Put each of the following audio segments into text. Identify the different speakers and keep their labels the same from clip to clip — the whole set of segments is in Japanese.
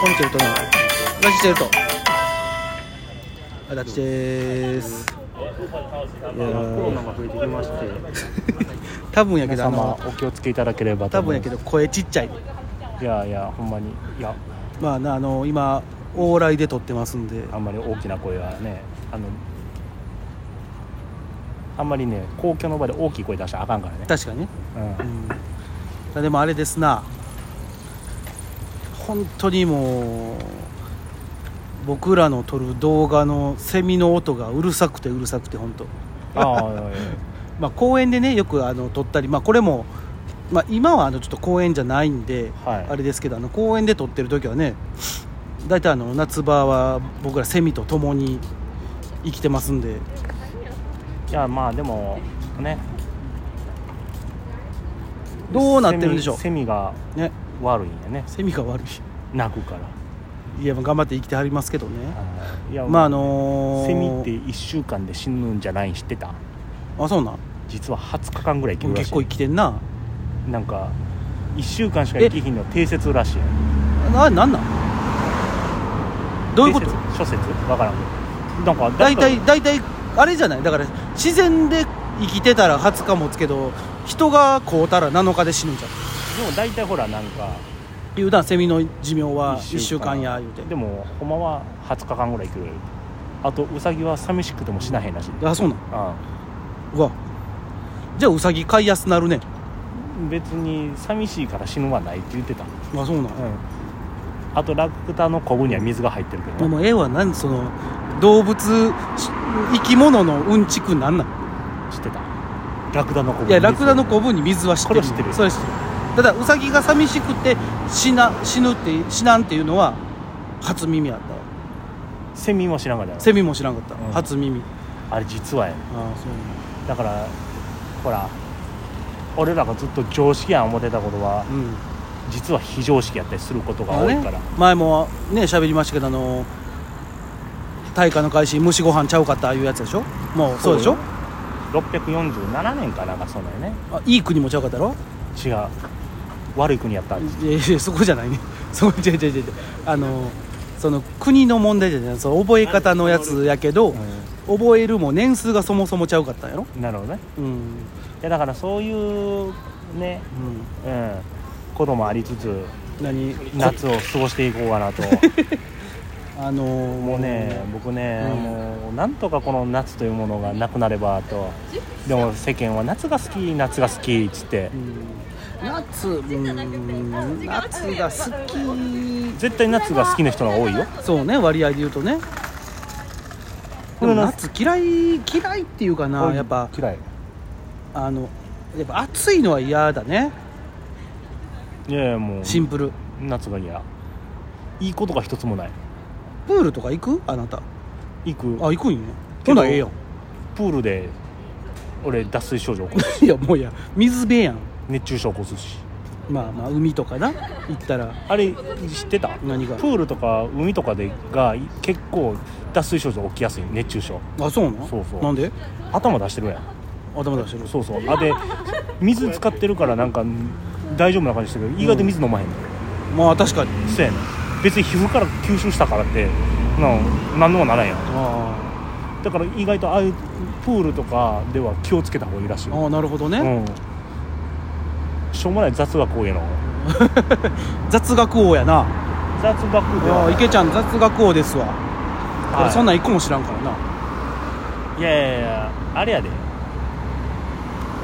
Speaker 1: コンチェルトのラジチェルトあだちですいや
Speaker 2: コロナ
Speaker 1: ー
Speaker 2: が増えてきまして
Speaker 1: 多分やけ
Speaker 2: 皆
Speaker 1: どあ
Speaker 2: 様
Speaker 1: の
Speaker 2: お気をつけいただければと
Speaker 1: 多
Speaker 2: 思
Speaker 1: 分
Speaker 2: い
Speaker 1: や
Speaker 2: ま
Speaker 1: け
Speaker 2: す
Speaker 1: ど声ちっちゃい
Speaker 2: いやいやほんまにいや
Speaker 1: まあなあの今往来で撮ってますんで
Speaker 2: あんまり大きな声はねあのあんまりね公共の場で大きい声出したらあかんからね、
Speaker 1: 確かにね、
Speaker 2: うん
Speaker 1: うん、でもあれですな本当にもう僕らの撮る動画のセミの音がうるさくてうるさくて本当
Speaker 2: ああいやいや
Speaker 1: まあ、公園でねよくあの撮ったり、まあ、これも、まあ、今はあのちょっと公園じゃないんで、
Speaker 2: はい
Speaker 1: あれですけどあの公園で撮ってる時はね大体あの夏場は僕らセミと共に生きてますんで
Speaker 2: いやまあでもね
Speaker 1: どうなってるんでしょ
Speaker 2: セミセミが
Speaker 1: うね
Speaker 2: 悪いんやね
Speaker 1: セミが悪
Speaker 2: 鳴くから
Speaker 1: いいやまあ頑張って生きてはりますけどね
Speaker 2: いや
Speaker 1: まああのー
Speaker 2: セミって1週間で死ぬんじゃないん知ってた
Speaker 1: あそうなん
Speaker 2: 実は20日間ぐらい生きるらしい
Speaker 1: 結構生きてんな
Speaker 2: なんか1週間しか生きひんのは定説らしい
Speaker 1: あなんなんどういうこと
Speaker 2: 定説諸説わからんなんか
Speaker 1: 大
Speaker 2: だ
Speaker 1: 体大体あれじゃないだから自然で生きてたら20日持つけど人がこうたら7日で死ぬんじゃん
Speaker 2: でも大体ほらなんか
Speaker 1: 言うたんセミの寿命は
Speaker 2: 一
Speaker 1: 1週間や言うて
Speaker 2: でもほんまは20日間ぐらい生きるあとウサギは寂しくても死なへんらしい
Speaker 1: あそうなん
Speaker 2: あ
Speaker 1: うわじゃあウサギ飼いやすなるね
Speaker 2: 別に寂しいから死ぬはないって言ってた、うん、
Speaker 1: あそうなん、
Speaker 2: あとラクダのコブには水が入ってるけ
Speaker 1: で
Speaker 2: どな
Speaker 1: も絵は何その動物し生き物のうんちくなんなん
Speaker 2: 知ってたラクダのコブに
Speaker 1: いやラクダの
Speaker 2: 水
Speaker 1: 子
Speaker 2: が
Speaker 1: 分に水は知って
Speaker 2: これ
Speaker 1: る
Speaker 2: は知ってる
Speaker 1: それは知ってるただウサギが寂しくて死な死ぬって死なんっていうのは初耳やったわ
Speaker 2: セミも知らんがらやろ
Speaker 1: セミも知らんかった、
Speaker 2: うん
Speaker 1: 初耳
Speaker 2: あれ実はやね
Speaker 1: ああそうなん
Speaker 2: だからほら俺らがずっと常識やん思ってたことは
Speaker 1: うん、
Speaker 2: 実は非常識やったりすることが
Speaker 1: あ
Speaker 2: 多い
Speaker 1: ね
Speaker 2: から
Speaker 1: 前もね喋りましたけどあの大化の開始虫ご飯ちゃうかったああいうやつでしょもうそうでしょ
Speaker 2: よ647年かなんかそんなよね
Speaker 1: あいい国もちゃうかったやろ
Speaker 2: 違う悪い国やったんです
Speaker 1: いやいやそこじゃないね そこ違う違う違う違うあのその国の問題じゃないその覚え方のやつやけど覚えるも年数がそもそもちゃうかったんやろ
Speaker 2: なるほどね
Speaker 1: うんうん
Speaker 2: いやだからそういうねうんこともありつつ
Speaker 1: 何
Speaker 2: 夏を過ごしていこうか なと
Speaker 1: あのー
Speaker 2: もうね僕ね、
Speaker 1: うん
Speaker 2: もうなんとかこの夏というものがなくなればとでも世間は夏が好き夏が好きっつって
Speaker 1: うん夏うん夏が好き
Speaker 2: 絶対夏が好きな人の方が多いよ
Speaker 1: そうね割合で言うとねでも夏嫌い嫌いっていうかなやっぱ
Speaker 2: 嫌い
Speaker 1: あのやっぱ暑いのは嫌だね
Speaker 2: いやいやもう
Speaker 1: シンプル
Speaker 2: 夏が嫌いいことが一つもない
Speaker 1: プールとか行くあなたあ
Speaker 2: 行く
Speaker 1: 行くんや
Speaker 2: け
Speaker 1: ほ
Speaker 2: ど
Speaker 1: なええやん
Speaker 2: プールで俺脱水症状起こ す
Speaker 1: いやもういや水辺やん
Speaker 2: 熱中症起こすし
Speaker 1: まあまあ海とかな行ったら
Speaker 2: あれ知ってた
Speaker 1: 何が
Speaker 2: プールとか海とかでが結構脱水症状起きやすい熱中症
Speaker 1: あそうなの
Speaker 2: そうそう
Speaker 1: なんで
Speaker 2: 頭出してるやん
Speaker 1: 頭出してる
Speaker 2: そうそうあで水使ってるからなんか大丈夫な感じしてるけど意外と水飲まへんの、
Speaker 1: まあ確かに
Speaker 2: そうやねん別に皮膚から吸収したからってなんなんでもならんやん
Speaker 1: あ
Speaker 2: だから意外とああいうプールとかでは気をつけた方がいいらしい
Speaker 1: ー
Speaker 2: よ
Speaker 1: あーなるほどね、
Speaker 2: うん、しょうもない雑学多いの
Speaker 1: 雑学王やな
Speaker 2: 雑学で
Speaker 1: あ
Speaker 2: は
Speaker 1: ー池ちゃん雑学王ですわ、
Speaker 2: はい
Speaker 1: 俺そんなん一個も知らんからない
Speaker 2: やいやいやあれやで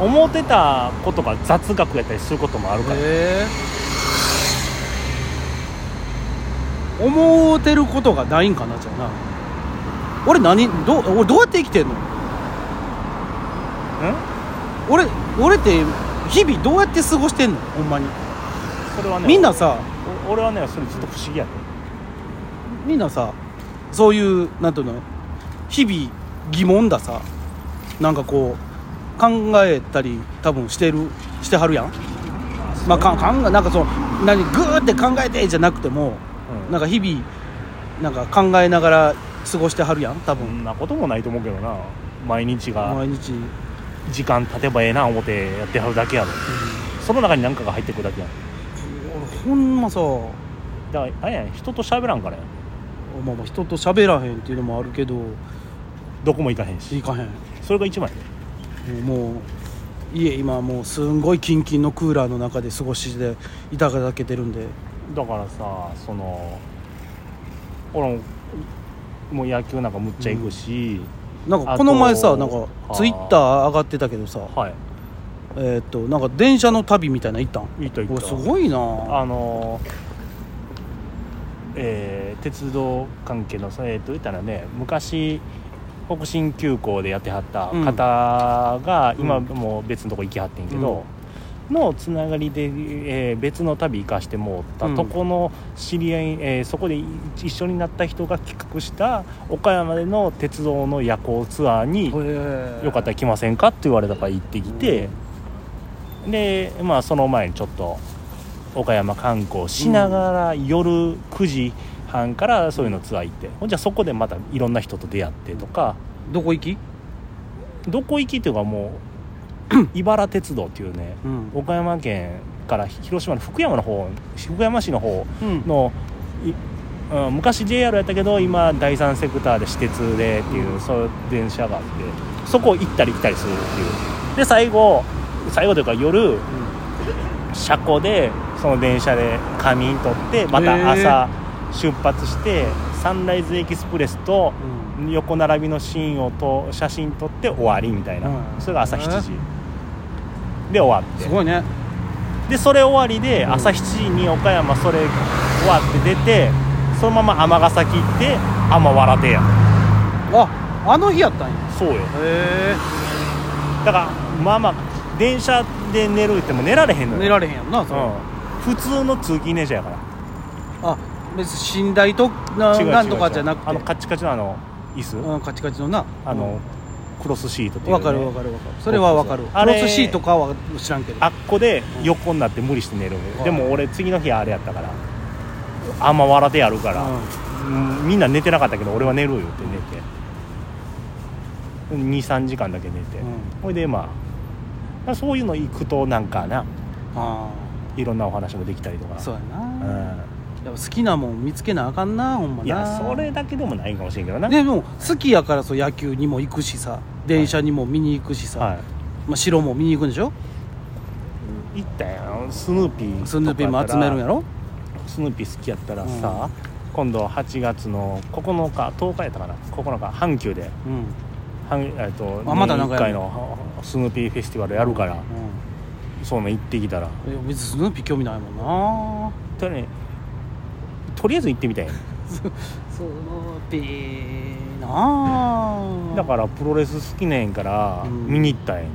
Speaker 2: 思ってたことが雑学やったりすることもあるから、
Speaker 1: へえ思うてることがないんかなじゃあな俺何どう俺どうやって生きてんの
Speaker 2: うん
Speaker 1: 俺俺って日々どうやって過ごしてんのほんまに
Speaker 2: それはね
Speaker 1: みんなさ
Speaker 2: お俺はねそれずっと不思議やね
Speaker 1: みんなさそういうなんていうの日々疑問ださなんかこう考えたり多分してるしてはるやんまあか考えなんかその何グーって考えてじゃなくても
Speaker 2: うん
Speaker 1: なんか日々なんか考えながら過ごしてはるやん多
Speaker 2: そ
Speaker 1: 分、
Speaker 2: んなこともないと思うけどな毎日が
Speaker 1: 毎日
Speaker 2: 時間経てばええな思ってやってはるだけやろその中に何かが入ってくるだけやん
Speaker 1: 俺ほんまさ
Speaker 2: だからあれやね人と喋らんからや
Speaker 1: まあまあ人と喋らへんっていうのもあるけど
Speaker 2: どこも行かへんし
Speaker 1: 行かへん
Speaker 2: それが一番やね
Speaker 1: もう家今もうすんごいキンキンのクーラーの中で過ごしていただけてるんで
Speaker 2: だからさその俺ももう野球なんかむっちゃ行くし、
Speaker 1: なんか
Speaker 2: あと
Speaker 1: この前さなんか
Speaker 2: あー
Speaker 1: ツイッター上がってたけどさ
Speaker 2: はい
Speaker 1: えーっとなんか電車の旅みたいなの行ったん
Speaker 2: 行った行
Speaker 1: お
Speaker 2: った
Speaker 1: すごいな
Speaker 2: あのえー鉄道関係のさえっ、と言ったらね昔北進急行でやってはった方が、
Speaker 1: うん
Speaker 2: 今
Speaker 1: うん
Speaker 2: もう別のとこ行きはってんけど、のつながりで、えー別の旅行かしてもらったとこの知り合い、えーそこでい一緒になった人が企画した岡山での鉄道の夜行ツアーによ
Speaker 1: よ
Speaker 2: かったら来ませんかって言われたから行ってきて、でまあその前にちょっと岡山観光しながら夜9時半からそういうのツアー行って、ほんじゃそこでまたいろんな人と出会ってとか
Speaker 1: どこ行き、
Speaker 2: どこ行きっていうかもう茨鉄道っていうね
Speaker 1: うん
Speaker 2: 岡山県から広島の福山の方福山市の方
Speaker 1: うん
Speaker 2: の、いうん、昔 JR やったけど今第三セクターで私鉄でっていう、そういう電車があってそこを行ったり来たりするっていうで最後最後というか夜車庫でその電車で仮眠取ってまた朝出発してサンライズエキスプレスと
Speaker 1: うん
Speaker 2: 横並びのシーンをと写真撮って終わりみたいな、
Speaker 1: うん
Speaker 2: それが朝7時で終わって
Speaker 1: すごいね
Speaker 2: でそれ終わりで
Speaker 1: うん
Speaker 2: 朝7時に岡山それ終わって出てそのまま尼崎行って天原でや
Speaker 1: ああの日やったんや
Speaker 2: そうよ
Speaker 1: へ
Speaker 2: だからまあまあ電車で寝るっても寝られへん
Speaker 1: え
Speaker 2: のよ
Speaker 1: 寝られへんやんなそれ、
Speaker 2: うん、普通の通勤電車やから
Speaker 1: あ別に寝台とな
Speaker 2: 違う違う
Speaker 1: なんとかじゃなくて
Speaker 2: あのカチカチのあの椅子、
Speaker 1: うん、カチカチのな
Speaker 2: あの、クロスシートっていう、
Speaker 1: わ
Speaker 2: ね、
Speaker 1: かるわかるわかるそれはわかる
Speaker 2: あ
Speaker 1: ク
Speaker 2: れ
Speaker 1: ロスシートかは知らんけど
Speaker 2: あっこで横になって無理して寝るのよ、
Speaker 1: うん
Speaker 2: でも俺次の日あれやったから天原でやるから、
Speaker 1: う
Speaker 2: うんみんな寝てなかったけど俺は寝ろよって寝て23時間だけ寝て、
Speaker 1: んうん
Speaker 2: ほいでまあそういうの行くとなんかな
Speaker 1: あ
Speaker 2: いろんなお話もできたりとか
Speaker 1: あそうや
Speaker 2: う
Speaker 1: な、
Speaker 2: ん
Speaker 1: やっぱ好きなもん見つけなあかんなほんまない
Speaker 2: やそれだけでもないかもしれんけどな
Speaker 1: でも好きやからそう野球にも行くしさ電車にも見に行くしさ、
Speaker 2: は
Speaker 1: まあ、城も見に行くんでしょ
Speaker 2: い、行ったやんスヌーピー
Speaker 1: スヌーピーも集めるんや
Speaker 2: ろ
Speaker 1: ろ
Speaker 2: スヌーピー好きやったらさ、今度8月の9日10日やったかな9日阪急で
Speaker 1: うん、うん
Speaker 2: 阪えっと
Speaker 1: あまだなんか
Speaker 2: 1
Speaker 1: や
Speaker 2: 回
Speaker 1: る
Speaker 2: のスヌーピーフェスティバルやるから、そういうの行ってきたら
Speaker 1: いや別にスヌーピー興味ないもんな
Speaker 2: とりあえずとりあえず行ってみたいやん
Speaker 1: スヌーピーなあ
Speaker 2: だからプロレス好きなんやから
Speaker 1: うん
Speaker 2: 見に行ったんやねん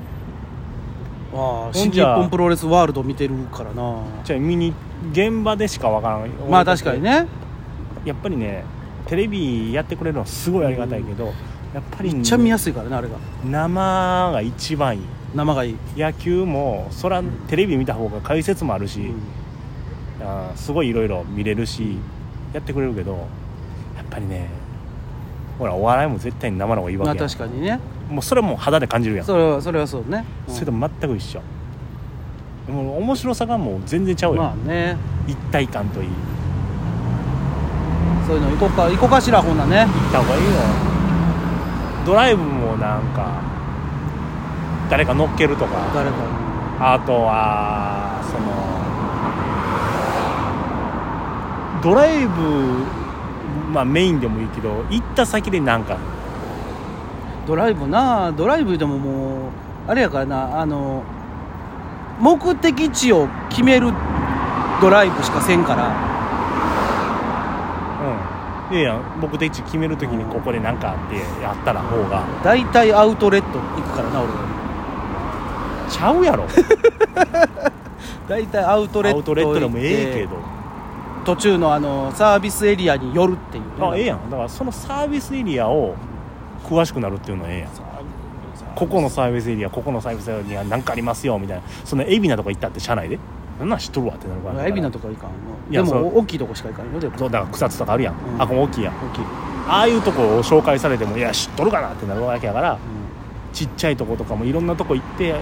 Speaker 1: ああ
Speaker 2: ほ
Speaker 1: 新
Speaker 2: ん
Speaker 1: 日
Speaker 2: じゃ
Speaker 1: 本プロレスワールド見てるからな
Speaker 2: じゃあ見に現場でしかわからん
Speaker 1: まあ確かにね
Speaker 2: やっぱりねテレビやってくれるのはすごいありがたいけど、やっぱりね、
Speaker 1: めっちゃ見やすいからねあれが
Speaker 2: 生が一番いい
Speaker 1: 生がいい、
Speaker 2: 野球もそらテレビ見た方が解説もあるし、
Speaker 1: うん
Speaker 2: あーすごいいろいろ見れるしやってくれるけどやっぱりねほらお笑いも絶対に生の方がいいわ
Speaker 1: まあ
Speaker 2: けやん
Speaker 1: 確かにね
Speaker 2: もうそれはもう肌で感じるやんそ
Speaker 1: それはそれはそうね、うん
Speaker 2: れと全く一緒もう面白さがもう全然ちゃうよ、
Speaker 1: まあね
Speaker 2: 一体感といい
Speaker 1: そういうの行こうか行こうかしらほんなね
Speaker 2: 行った方がいいよドライブもなんか誰か乗っけるとか
Speaker 1: 誰か
Speaker 2: あとはそのドライブまあメインでもいいけど行った先でなんか
Speaker 1: ドライブなドライブでももうあれやからなあの目的地を決めるドライブしかせんから
Speaker 2: うんいやいや僕で一決める時にここでなんかってやったら方が
Speaker 1: 大体アウトレット行くからな俺は
Speaker 2: ちゃうやろ
Speaker 1: 大体アウトレッ
Speaker 2: ア
Speaker 1: ト
Speaker 2: ウトレットでもええけ
Speaker 1: 行って
Speaker 2: ど
Speaker 1: 途中のあのサービスエリアに寄るっていうね、
Speaker 2: あええやんだからそのサービスエリアを詳しくなるっていうのはええやんここのサービスエリアここのサービスエリア何かありますよみたいなその海老名とか行ったって車内でそんなん知っとるわってなるから
Speaker 1: 海老名とか行かんの
Speaker 2: い
Speaker 1: で
Speaker 2: やそ
Speaker 1: も
Speaker 2: う
Speaker 1: お大きいとこしか行かんよでも
Speaker 2: そうだから草津とかあるやん、
Speaker 1: うん
Speaker 2: あここ大きいやん
Speaker 1: 大きい、
Speaker 2: ああいうとこを紹介されてもいや知っとるかなってなるわけやから
Speaker 1: うん
Speaker 2: ちっちゃいとことかもいろんなとこ行って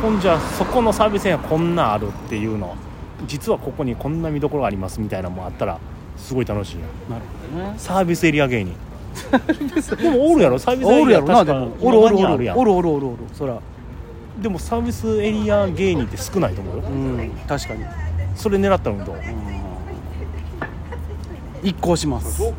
Speaker 2: ほんじゃそこのサービスエリアこんなんあるっていうの実はここにこんな見どころがありますみたいなのもあったらすごい楽しいよ
Speaker 1: なるほどね
Speaker 2: サービスエリア芸人でもおるやろサービスエ
Speaker 1: おる
Speaker 2: リ
Speaker 1: や
Speaker 2: ア
Speaker 1: ろな
Speaker 2: 確
Speaker 1: で
Speaker 2: か
Speaker 1: もおるおる
Speaker 2: 今にあ
Speaker 1: お
Speaker 2: る
Speaker 1: る
Speaker 2: やん
Speaker 1: おるおるおるおるそら
Speaker 2: でもサービスエリア芸人って少ないと思うよ
Speaker 1: うん確かに
Speaker 2: それ狙ったのどう
Speaker 1: 一行します
Speaker 3: か